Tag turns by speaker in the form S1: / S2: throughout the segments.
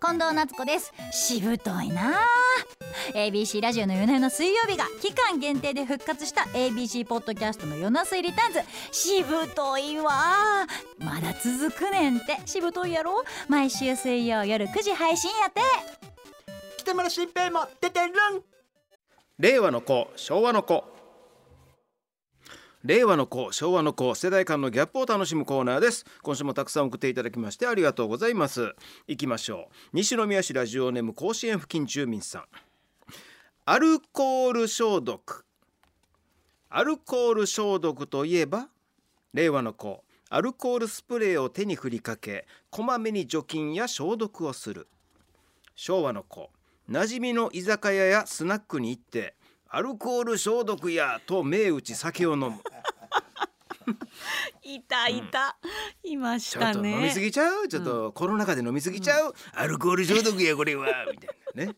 S1: 近藤夏子ですしぶといなあ ABC ラジオの夜な夜な水曜日が期間限定で復活した ABC ポッドキャストの夜な水リターンズしぶといわまだ続くねんてしぶといやろ毎週水曜夜9時配信やて
S2: 北村新平も出てるん
S3: 令和の子昭和の子令和の子昭和の子世代間のギャップを楽しむコーナーです今週もたくさん送っていただきましてありがとうございます行きましょう西宮市ラジオネーム甲子園付近住民さんアルコール消毒アルコール消毒といえば令和の子アルコールスプレーを手に振りかけこまめに除菌や消毒をする昭和の子馴染みの居酒屋やスナックに行ってアルコール消毒やと銘打ち酒を飲む
S1: いたいた、いまし
S3: ちょっと飲みすぎちゃうちょっとコロナ禍で飲みすぎちゃう、アルコール消毒やこれはみたいなね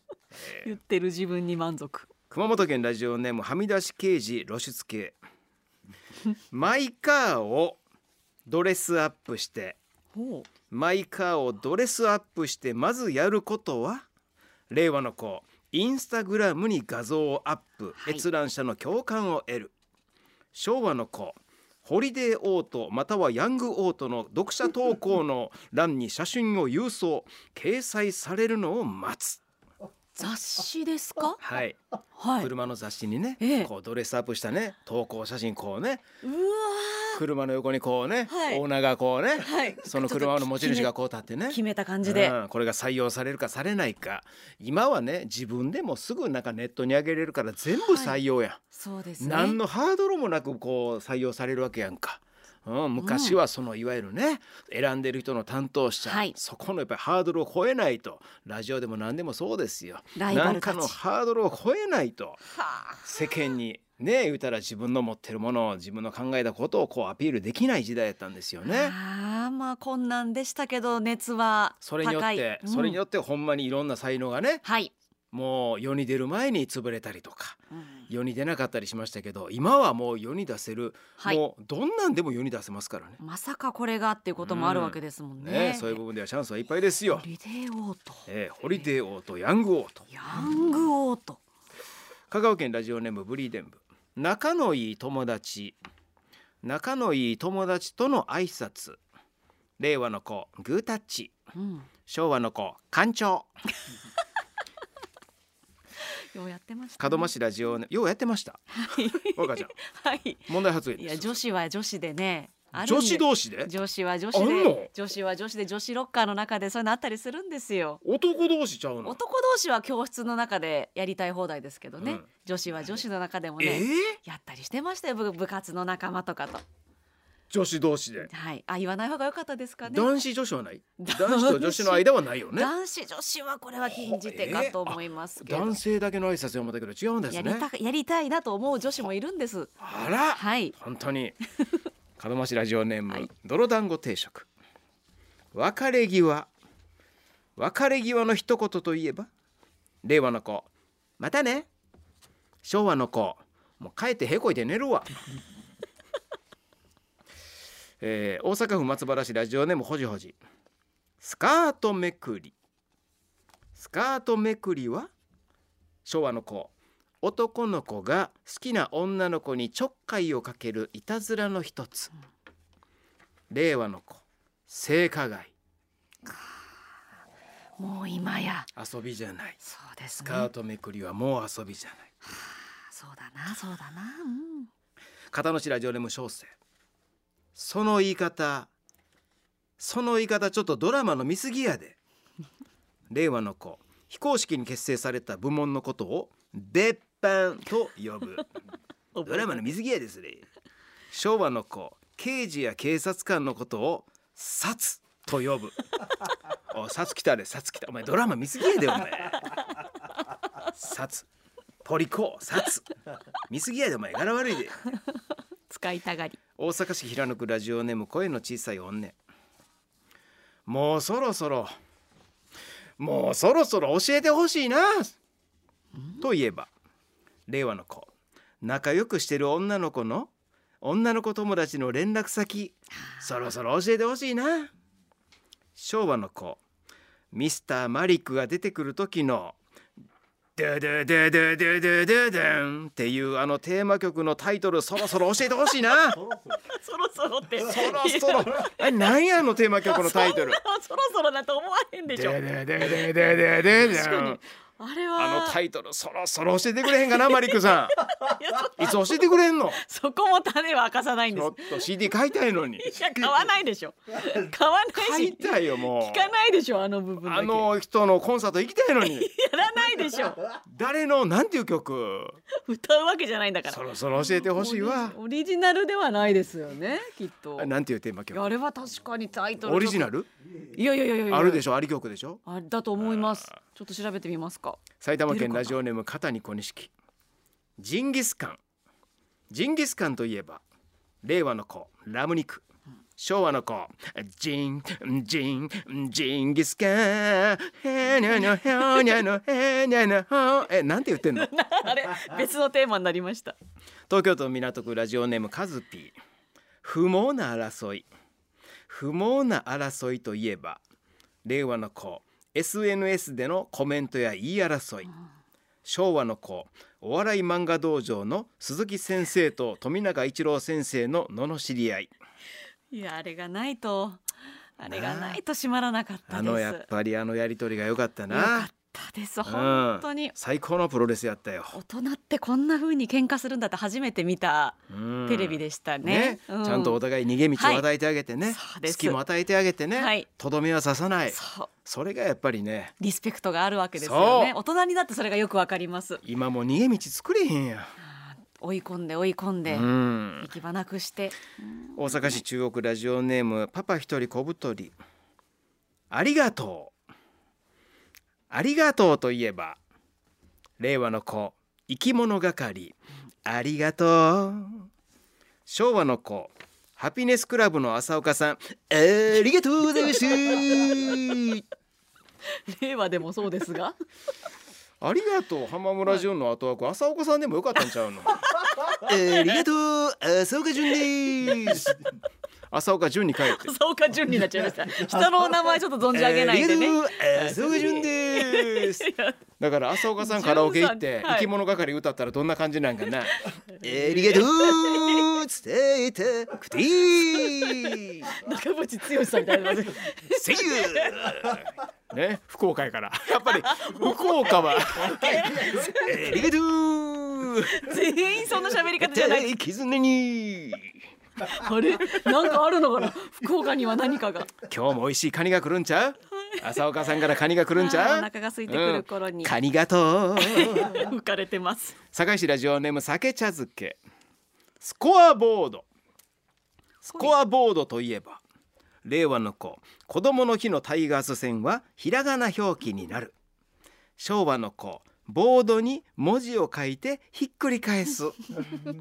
S4: 言ってる自分に満足
S3: 熊本県ラジオネームはみ出し刑事露出 系マイカーをドレスアップして
S4: ほう
S3: マイカーをドレスアップしてまずやることは令和の子インスタグラムに画像をアップ、
S4: はい
S3: 閲覧者の共感を得る昭和の子ホリデーオートまたはヤングオートの読者投稿の欄に写真を郵送掲載されるのを待つ
S4: 雑誌ですか
S3: はい、
S4: はい
S3: 車の雑誌にね、
S4: ええ
S3: こうドレスアップしたね投稿写真こうね
S4: うわ
S3: 車の横にこうね、
S4: はい
S3: オーナーがこうね、
S4: ーはい
S3: その車の持ち主が
S4: ちょっ
S3: こう立って
S4: と
S3: ね
S4: 決め決めた感じで、
S3: うんこれが採用されるかされないか今はね自分でもすぐなんかネットに上げれるから全部採用やん、
S4: そうですね
S3: 何のハードルもなくこう採用されるわけやんか。うん、昔はそのいわゆるね、選んでる人の担当者、
S4: はい
S3: そこのやっぱりハードルを超えないとラジオでも何でもそうですよ
S4: ライバ
S3: なん
S4: ル
S3: か
S4: たち
S3: のハードルを超えないと世間にね言うたら自分の持ってるものを自分の考えたことをこうアピールできない時代やったんですよね。
S4: ああまあ困難でしたけど熱は高
S3: そ
S4: い
S3: れによって、それによ
S4: って、
S3: ってほんまにいろんな才能がね
S4: うんはい、
S3: もう世に出る前に潰れたりとか世に出なかったりしましたけど今はもう世に出せる、
S4: はい
S3: もうどんなんでも世に出せますからね
S4: まさかこれがっていうこともあるわけですもんね,、
S3: ねそういう部分ではチャンスはいっぱいですよ
S4: ホ。リデーオート
S3: えーホリデー王とヤング王と
S4: ヤングオート
S3: 香川県ラジオネームブリーデンブ仲のいい友達仲のいい友達との挨拶令和の子グータッチ
S4: うん
S3: 昭和の子館長
S4: ようやってました、ね、
S3: 門真市ラジオネームようやってました若ちゃん
S4: はい
S3: 問題発言
S4: い
S3: です
S4: や女子は女子でねあるんで
S3: 女子同士で
S4: 女子は女
S3: あ
S4: 子
S3: んの
S4: で女子は女子で女子ロッカーの中でそういうのあったりするんですよ
S3: 男同士ちゃうの
S4: 男同士は教室の中でやりたい放題ですけどね、
S3: うん
S4: 女子は女子の中でも
S3: え
S4: ね、
S3: ー
S4: やったりしてましたよ部部活の仲間とかと
S3: 女子同士で
S4: はいあ言わない方が良かったですかね
S3: 男子女子はない
S4: 男子
S3: 男子と女子の間はないよね
S4: 男子女子はこれは禁じ手かと思いますけど、
S3: 男性だけの挨拶を思ったけど違うんです
S4: やり
S3: ね
S4: たやりたいなと思う女子もいるんです
S3: あら、
S4: はい
S3: 本当 に門真市ラジオネーム、
S4: はい
S3: 泥団子定食別れ際別れ際の一言といえば令和の子またね昭和の子もう帰ってへこいて寝る わえー大阪府松原市ラジオネームほじほじスカートめくりスカートめくりは昭和の子男の子が好きな女の子にちょっかいをかけるいたずらの一つ令和の子性加害
S4: もう今や
S3: 遊びじゃない
S4: そうです
S3: ス
S4: ね
S3: カートめくりはもう遊びじゃない
S4: そうだなそうだなうん
S3: 片野市ラジオネーム小生その言い方その言い方ちょっとドラマの見過ぎやで令和の子非公式に結成された部門のことを別班と呼ぶドラマの見過ぎやですね昭和の子刑事や警察官のことを殺と呼ぶお殺来たで殺来たお前ドラマ見過ぎやでお前殺ポリコ殺見過ぎやでお前柄悪いで
S4: 使いたがり
S3: 大阪市平野区ラジオネーム声の小さい女もうそろそろもうそろそろ教えてほしいなといえば令和の子仲良くしてる女の子の女の子友達の連絡先そろそろ教えてほしいな昭和の子ミスターマリックが出てくる時の「デデデデデデデデン」っていうあのテーマ曲のタイトルそろそろ教えてほしいなそ
S4: そろそろって。 そ
S3: ろそろえ何やあのテーマ曲のタイトル
S4: そろそろだと思わへん
S3: 「
S4: で
S3: デ
S4: しょ。
S3: デデデデデデデ
S4: 確か
S3: ン
S4: に」あれは。
S3: あのタイトルそろそろ教えてくれへんかなマリックさんいつ教えてくれんの
S4: そこも種は明かさないん
S3: ち
S4: で
S3: ょっと CD 買いたいのに
S4: す。いや買わない でしょ。買わない
S3: 買い
S4: し。
S3: たいよも
S4: 聞か
S3: う
S4: ないでしょあの部分だけ。
S3: あの人のコンサート行きたいのに
S4: やらないで しょ。
S3: 誰のなんていう曲
S4: 歌うわけじゃないんだから。
S3: そろそろ教えてほしいわ
S4: オリジナルではないですよねきっと。
S3: なんていうテーマ曲
S4: あれは確かにタイトル
S3: オリジナ
S4: ル
S3: ル
S4: いやいやいやいや
S3: あるで
S4: し
S3: しょあり曲でしょ
S4: ょあだと思いますちょっと調べてみます か
S3: 埼玉県ラジオネーム片に小錦ジンギスカンジンギスカンといえば令和の子ラム肉昭和の子ジンジンジンギスカンへにゃのへにゃのへにゃのほえなんて言ってんの
S4: あれ別のテーマになりました
S3: 東京都港区ラジオネームカズピー不毛な争い不毛な争いといえば令和の子 SNS でのコメントや言い争い昭和の子お笑い漫画道場の鈴木先生と富永一郎先生の罵り合い
S4: いやあれがないとあれがないと閉まらなかった
S3: あ
S4: です
S3: のやっぱりあのやりとりが良かった
S4: よか
S3: な
S4: ったです
S3: うん
S4: 本当に
S3: 最高のプロレスやったよ、
S4: 大人ってこんな風に喧嘩するんだって初めて見た
S3: うん
S4: テレビでした
S3: ね
S4: ね,、う
S3: ちゃんとお互い逃げ道を与えてあげてね、
S4: はいそうです
S3: 隙も与えてあげてね、
S4: はい
S3: とどめは刺さない
S4: そう
S3: それがやっぱりね
S4: リスペクトがあるわけですよね
S3: そう
S4: 大人になってそれがよくわかります
S3: 今もう逃げ道作れへんや、
S4: 追い込んで追い込ん
S3: う
S4: で、
S3: ん
S4: 行、き場な くして
S3: 大阪市中央区ラジオネームパパ一人小太りありがとうありがとうといえば令和の子生き物係ありがとう昭和の子ハピネスクラブの浅岡さんありがとうございます
S4: 令和でもそうです が
S3: ありがとう浜村淳の後枠浅岡さんでもよかったんちゃうの えーありがとう浅岡淳です 浅岡淳に帰って
S4: 浅岡純になっちゃいま した人のお名前ちょっと存じ上げないでね、
S3: えーありがとう浅岡淳 ですだから浅岡さんカラオケ行って
S4: 淳さんはい
S3: 生き物係歌ったらどんな感じなんかな えーありがとう伝えたくて See you
S4: 中渕剛さんみたい な
S3: ね福岡やからやっぱり福岡は えーありがとう
S4: 全員そんな喋り方じゃない
S3: 痛い絆に
S4: あれなんかあるのかな福岡には何かが
S3: 今日も美味しいカニが来るんちゃう浅岡さんからカニが来るんち
S4: あ
S3: ゃう
S4: ーお腹が空いてくる頃に
S3: うんカニがとう
S4: 浮かれてます
S3: 堺市ラジオネーム酒茶漬けスコアボードスコアボードといえば令和の子子供の日のタイガース戦はひらがな表記になる昭和の子ボードに文字を書いてひっくり返す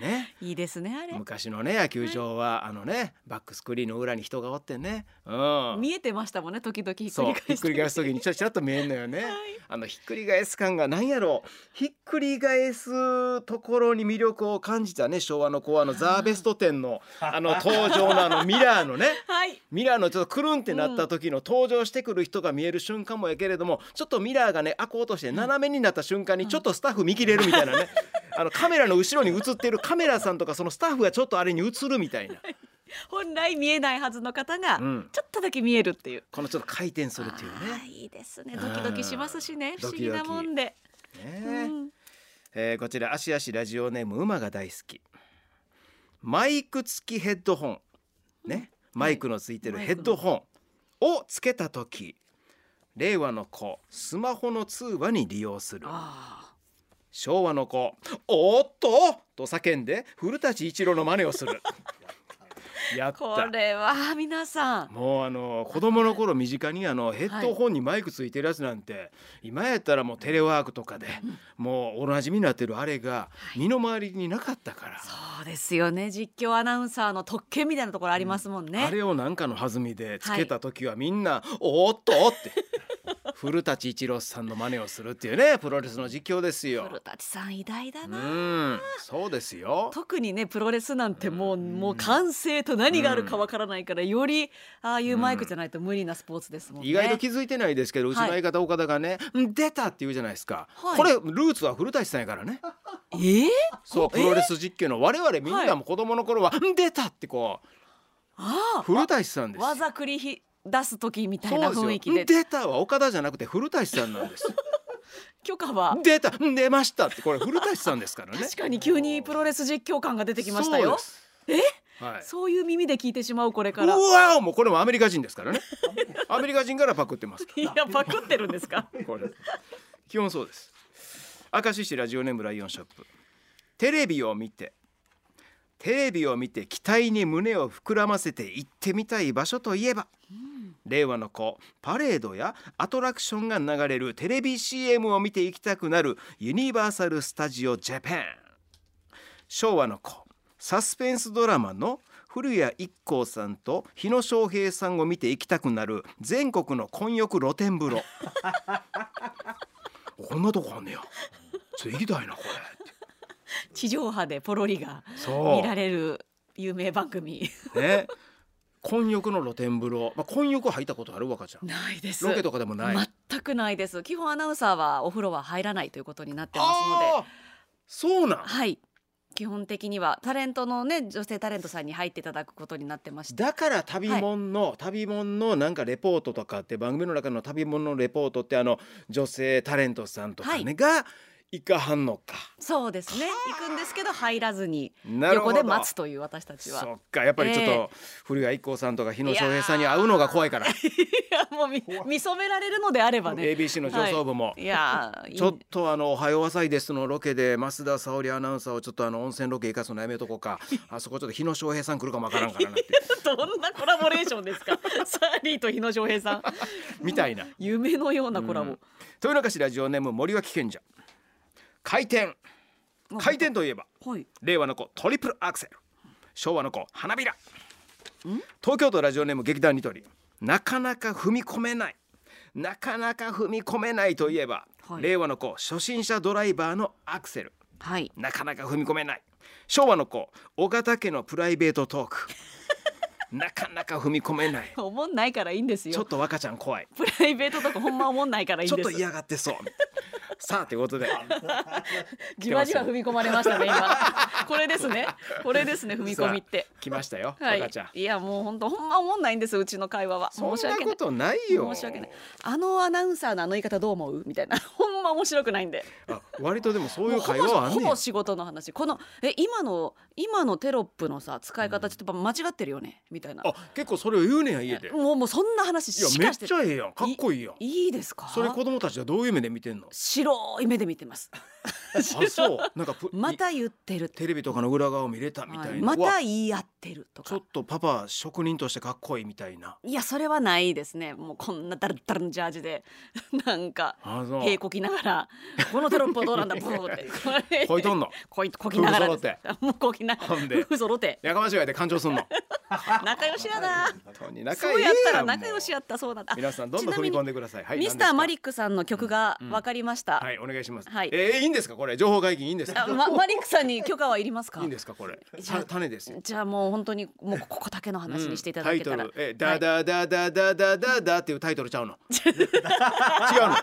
S3: ね
S4: いいですねあれ
S3: 昔のね野球場はあのねバックスクリーンの裏に人がおってねうん
S4: 見えてましたもんね時々ひっく
S3: そう
S4: り
S3: ひ
S4: 返
S3: っ
S4: し
S3: く
S4: て
S3: り返す時にちょちらっと見えんのよね、あのひっくり返す感がなんやろうひっくり返すところに魅力を感じたね昭和の子はあのザーベスト店のあの登場のあのミラーのね
S4: はい
S3: ミラーのちょっとくるんってなった時の登場してくる人が見える瞬間もやけれどもちょっとミラーがね開こうとして斜めになった瞬間にちょっとスタッフ見切れるみたいなね あのカメラの後ろに映ってるカメラさんとかそのスタッフがちょっとあれに映るみたいな
S4: 本来見えないはずの方が
S3: うん
S4: ちょっとだけ見えるっていう、
S3: このちょっと回転するっていう
S4: あーいいですねドキドキしますしね
S3: うん
S4: 不思議なもんで
S3: ね。ね
S4: うん
S3: えーこちら足足ラジオネーム馬が大好きマイク付きヘッドホンね、マイクのついてるヘッドホンをつけた時令和の子スマホの通話に利用する
S4: あ
S3: 昭和の子おーっとと叫んで古舘一郎の真似をする やっ
S4: ー
S3: た
S4: これは皆さん
S3: もうあの子供の頃身近にあのヘッドホンにマイクついてるやつなんて、今やったらもうテレワークとかでもうおなじみになってるあれが身の回りになかったから、
S4: そうですよね実況アナウンサーの特権みたいなところありますもんね、
S3: あれをなんかの弾みでつけた時はみんな「おーっと!」って古舘一郎さんの真似をするっていうねプロレスの実況ですよ
S4: 古。舘さん偉大だ
S3: う
S4: な、
S3: んそうですよ。
S4: 特にねプロレスなんてもう,、もう完成と何があるかわからないから、よりああいうマイクじゃないと無理なスポーツですもんね。
S3: 意外と気づいてないですけどうちの
S4: はい
S3: 相方岡田がね「うん出た!」って言うじゃないですか、
S4: はい
S3: これルーツは古舘さんやからね
S4: えー、
S3: そうプロレス実況の我々みんなも子供の頃は「うん出た!」ってこう
S4: あ
S3: 古舘さんですよ
S4: 技繰りひ出す時みた
S3: そ
S4: いうな
S3: ですよ
S4: 雰囲気で
S3: 出たは岡田じゃなくて古舘さんなん ですよ
S4: 許可は
S3: 出たうん出ましたってこれ古舘さんですからね
S4: 確かに急にプロレス実況感が出てきました
S3: そう
S4: よ
S3: で。すはい
S4: そういう耳で聞いてしまうこれから。
S3: うわおもうこれもアメリカ人ですからねアメリカ人からパクってますか
S4: いやパクってるんですか。
S3: らこれ基本そうです明石市ラジオネームライオンショップテレビを見てテレビを見て期待に胸を膨らませて行ってみたい場所といえば、令和の子パレードやアトラクションが流れるテレビ CM を見て行きたくなるユニバーサル・スタジオ・ジャパン昭和の子サスペンスドラマの古谷一行さんと日野翔平さんを見て行きたくなる全国の混浴露天風呂こんなとこあんねやちょっと行きたいなこ
S4: 地上波でポロリが
S3: れそう
S4: 見られる有名番組
S3: ね混浴の露天風呂、まあ、混浴入ったことある若ちゃん
S4: ないです。
S3: ロケとかでもない、
S4: 全くないです。基本アナウンサーはお風呂は入らないということになってますので、
S3: あーそうなん
S4: はい。基本的にはタレントのね女性タレントさんに入っていただくことになってまして、
S3: だから旅もんの、旅もんのなんかレポートとかって番組の中の旅もんのレポートってあの女性タレントさんとかね、
S4: はい
S3: が行かはんのか
S4: そうですね。行くんですけど入らずに
S3: なるほ
S4: 横
S3: ど
S4: で待つという私たちは。
S3: そっかやっぱりちょっ
S4: え
S3: と古谷一行さんとか日野翔平さんに会うのが怖 いから
S4: いやもうみ見初められるのであればね。
S3: ABC の上層部も、
S4: いやーいい
S3: ちょっとあの「おはよう朝いです」のロケで増田沙織アナウンサーをちょっとあの温泉ロケ行かすのやめとこう かあそこちょっと日野翔平さん来るかもわからんからなって
S4: どんなコラボレーションですか。サーリーと日野翔平さん。
S3: みたいな。
S4: 夢のようなコラボ。
S3: 豊中市ラジオネーム森脇健者回転回転といえば
S4: はい。
S3: 令和の子トリプルアクセル昭和の子花びら東京都ラジオネーム劇団ニトリなかなか踏み込めないなかなか踏み込めないといえば、
S4: はい
S3: 令和の子初心者ドライバーのアクセル
S4: はい。
S3: なかなか踏み込めない昭和の子尾形家のプライベートトークなかなか踏み込めない
S4: おもんないからいいんですよ。
S3: ちょっと若ちゃん怖い
S4: プライベートとかほんまおもんないからいいん
S3: ちょ
S4: で
S3: っ
S4: す。
S3: と嫌がってそうさあということで
S4: じわじわ踏み込まれましたね今。これですね。これですね踏み込みって
S3: さ。あ来ましたよ、
S4: はい
S3: 若ちゃん。
S4: いやもう本当ほんまおもんないんですうちの会話は。
S3: そ
S4: 申
S3: ん
S4: し訳
S3: な
S4: な
S3: こ
S4: い。
S3: とないよ
S4: 申し訳ない。あのアナウンサーのあの言い方どう思うみた いな。ほんま面白くないんで。
S3: あ割とでもそうい
S4: もう
S3: う
S4: ほ
S3: 会
S4: ぼ
S3: 話はあん
S4: ほ
S3: ねん
S4: ぼ仕事の話このえ今の今のテロップのさ使い方ちょっと間違ってるよね、みたいな
S3: あ結構それを言うねんや家でいや
S4: もうもうそんな話し
S3: め
S4: か
S3: っ
S4: して
S3: ちゃええやんかっこいいやん
S4: いいですか
S3: それ子供たちはどういう目で見てんの
S4: 白い目で見てます
S3: あそうなんかプ
S4: また言ってるって、
S3: テレビとかの裏側を見れたみた
S4: はいい、
S3: な、
S4: ま
S3: わ
S4: た言い合ってると
S3: ちょ
S4: か
S3: っとパパ職人としてかっこいいみたいない
S4: やそれはないですねもうこんなだるだるのジャージで なんか
S3: あの
S4: 屁こきながらこのテロップはどうなんだブーってこれ
S3: こいとんの
S4: こいこきながら
S3: 夫婦揃
S4: ですもうこきながら
S3: ほんで
S4: 夫婦揃 って
S3: やかましいわで感情すんの
S4: 仲良しやな
S3: 本当に仲
S4: そ
S3: いいう
S4: や
S3: やん
S4: ったら仲良しや
S3: も
S4: ったそうなんだ
S3: う皆さんどんどん
S4: ちな
S3: 踏
S4: み
S3: み
S4: に
S3: 込んでくださいはい
S4: ミスターマリ
S3: ッ
S4: ックさんの曲が分かりました、
S3: はいお願いします、
S4: はい
S3: えーいいんですかこれ情報会議いいんですか
S4: あまマリックさんに許可はいりますか
S3: いいんですかこれ
S4: じゃあ
S3: た種ですよ
S4: じゃあもう本当にもうここだけの話にしていただ
S3: タイ
S4: け
S3: ト
S4: たら、
S3: ルえ
S4: は
S3: ダ
S4: い
S3: ダダダダダダダっていうタイトルちゃうの違うの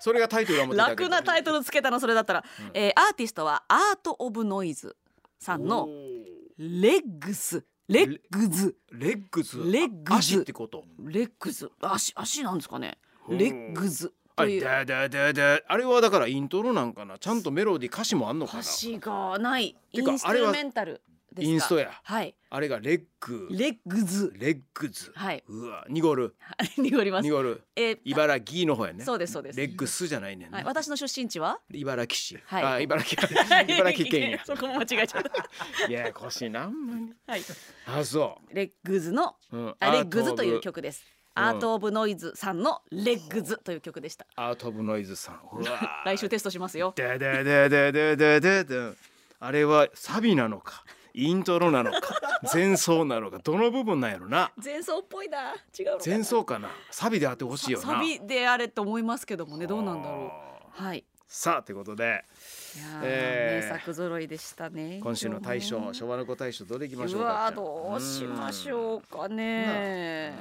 S3: それがタイトルはも
S4: 楽なタイ
S3: ト
S4: トルつけたのそれだったら、えーアーティストはアート・オブ・ノイズさんの「レッグス」レッグズ
S3: レッグズ
S4: レッグズ
S3: 足ってこと
S4: レッグズ足足なんですかね
S3: うん
S4: レッグズ
S3: あ
S4: と
S3: れ
S4: いう
S3: ダダダダあれはだからイントロなんかなちゃんとメロディー歌詞もあんのかな
S4: 歌詞がないイ
S3: てか
S4: ンストゥルメンタルですか
S3: インストや
S4: はい
S3: あれがレッグ
S4: レッグズ
S3: レッグズ
S4: はいう
S3: わ濁る
S4: はい濁ります
S3: 濁る
S4: えー
S3: 茨城の方やね
S4: そうですそうです
S3: レッグスじゃないねんね
S4: はい、私の出身地は
S3: 茨城市
S4: はい
S3: あ茨城茨城県や
S4: そこも間違えちゃった
S3: いややこしいなほんまに
S4: はい、
S3: あそ
S4: レッグズの、
S3: ううん
S4: あレッグ
S3: アートオ
S4: ズ
S3: ブ
S4: という曲です。
S3: うん
S4: アートオブノイズさんのレッグズという曲でした。
S3: アート・オブ・ノイズさんうわ
S4: 来週テストしますよ。
S3: でででででででであれはサビなのかイントロなのか前奏なのかどの部分なんやろな
S4: 前奏っぽいな違うのかな
S3: 前奏かなサビで当てほしいよな
S4: サビであれと思いますけどもねどうなんだろう
S3: あー
S4: はい
S3: さあということで
S4: いやー、
S3: えー
S4: 名作揃いでしたね
S3: 今週の大
S4: 今
S3: 賞
S4: 日
S3: 昭和の子大賞どれいきましょ
S4: ねう
S3: うか、
S4: わーどうしましょうかね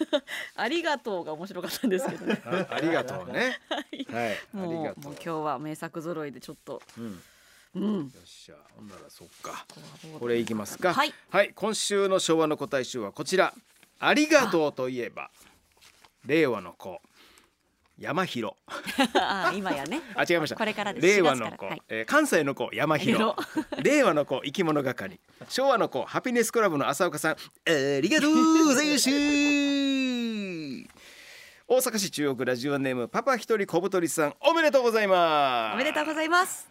S4: ありがとうが面白かったんですけどね
S3: あありがとう ね
S4: い
S3: はい あ
S4: もう
S3: り
S4: も
S3: が
S4: う
S3: とう
S4: 今日は名作揃いでちょっと
S3: うんよ
S4: うん
S3: っしゃほんならそっかこれいきますか
S4: はい
S3: 今週の昭和の子大賞はこちらありがとうといえば令和の子山広
S4: あー今やね
S3: あ違いました
S4: これからです
S3: 令和の
S4: 4
S3: 子、
S4: 月からはい
S3: えー関西の子山広 令和の子生き物係昭和の子ハピネスクラブの浅岡さんありがとうございました大阪市中央区ラジオネームパパ一人小太りさんおめでとうございます
S4: おめでとうございます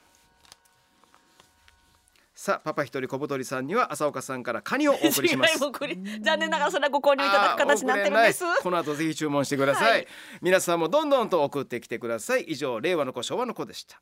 S3: さあパパ一人小太りさんには浅岡さんからカニをお送りします
S4: 違いもうこれ残念ながらそれはご購入いただく形になってるんです
S3: あー送れないこの後ぜひ注文してください、
S4: はい
S3: 皆さんもどんどんと送ってきてください以上令和の子昭和の子でした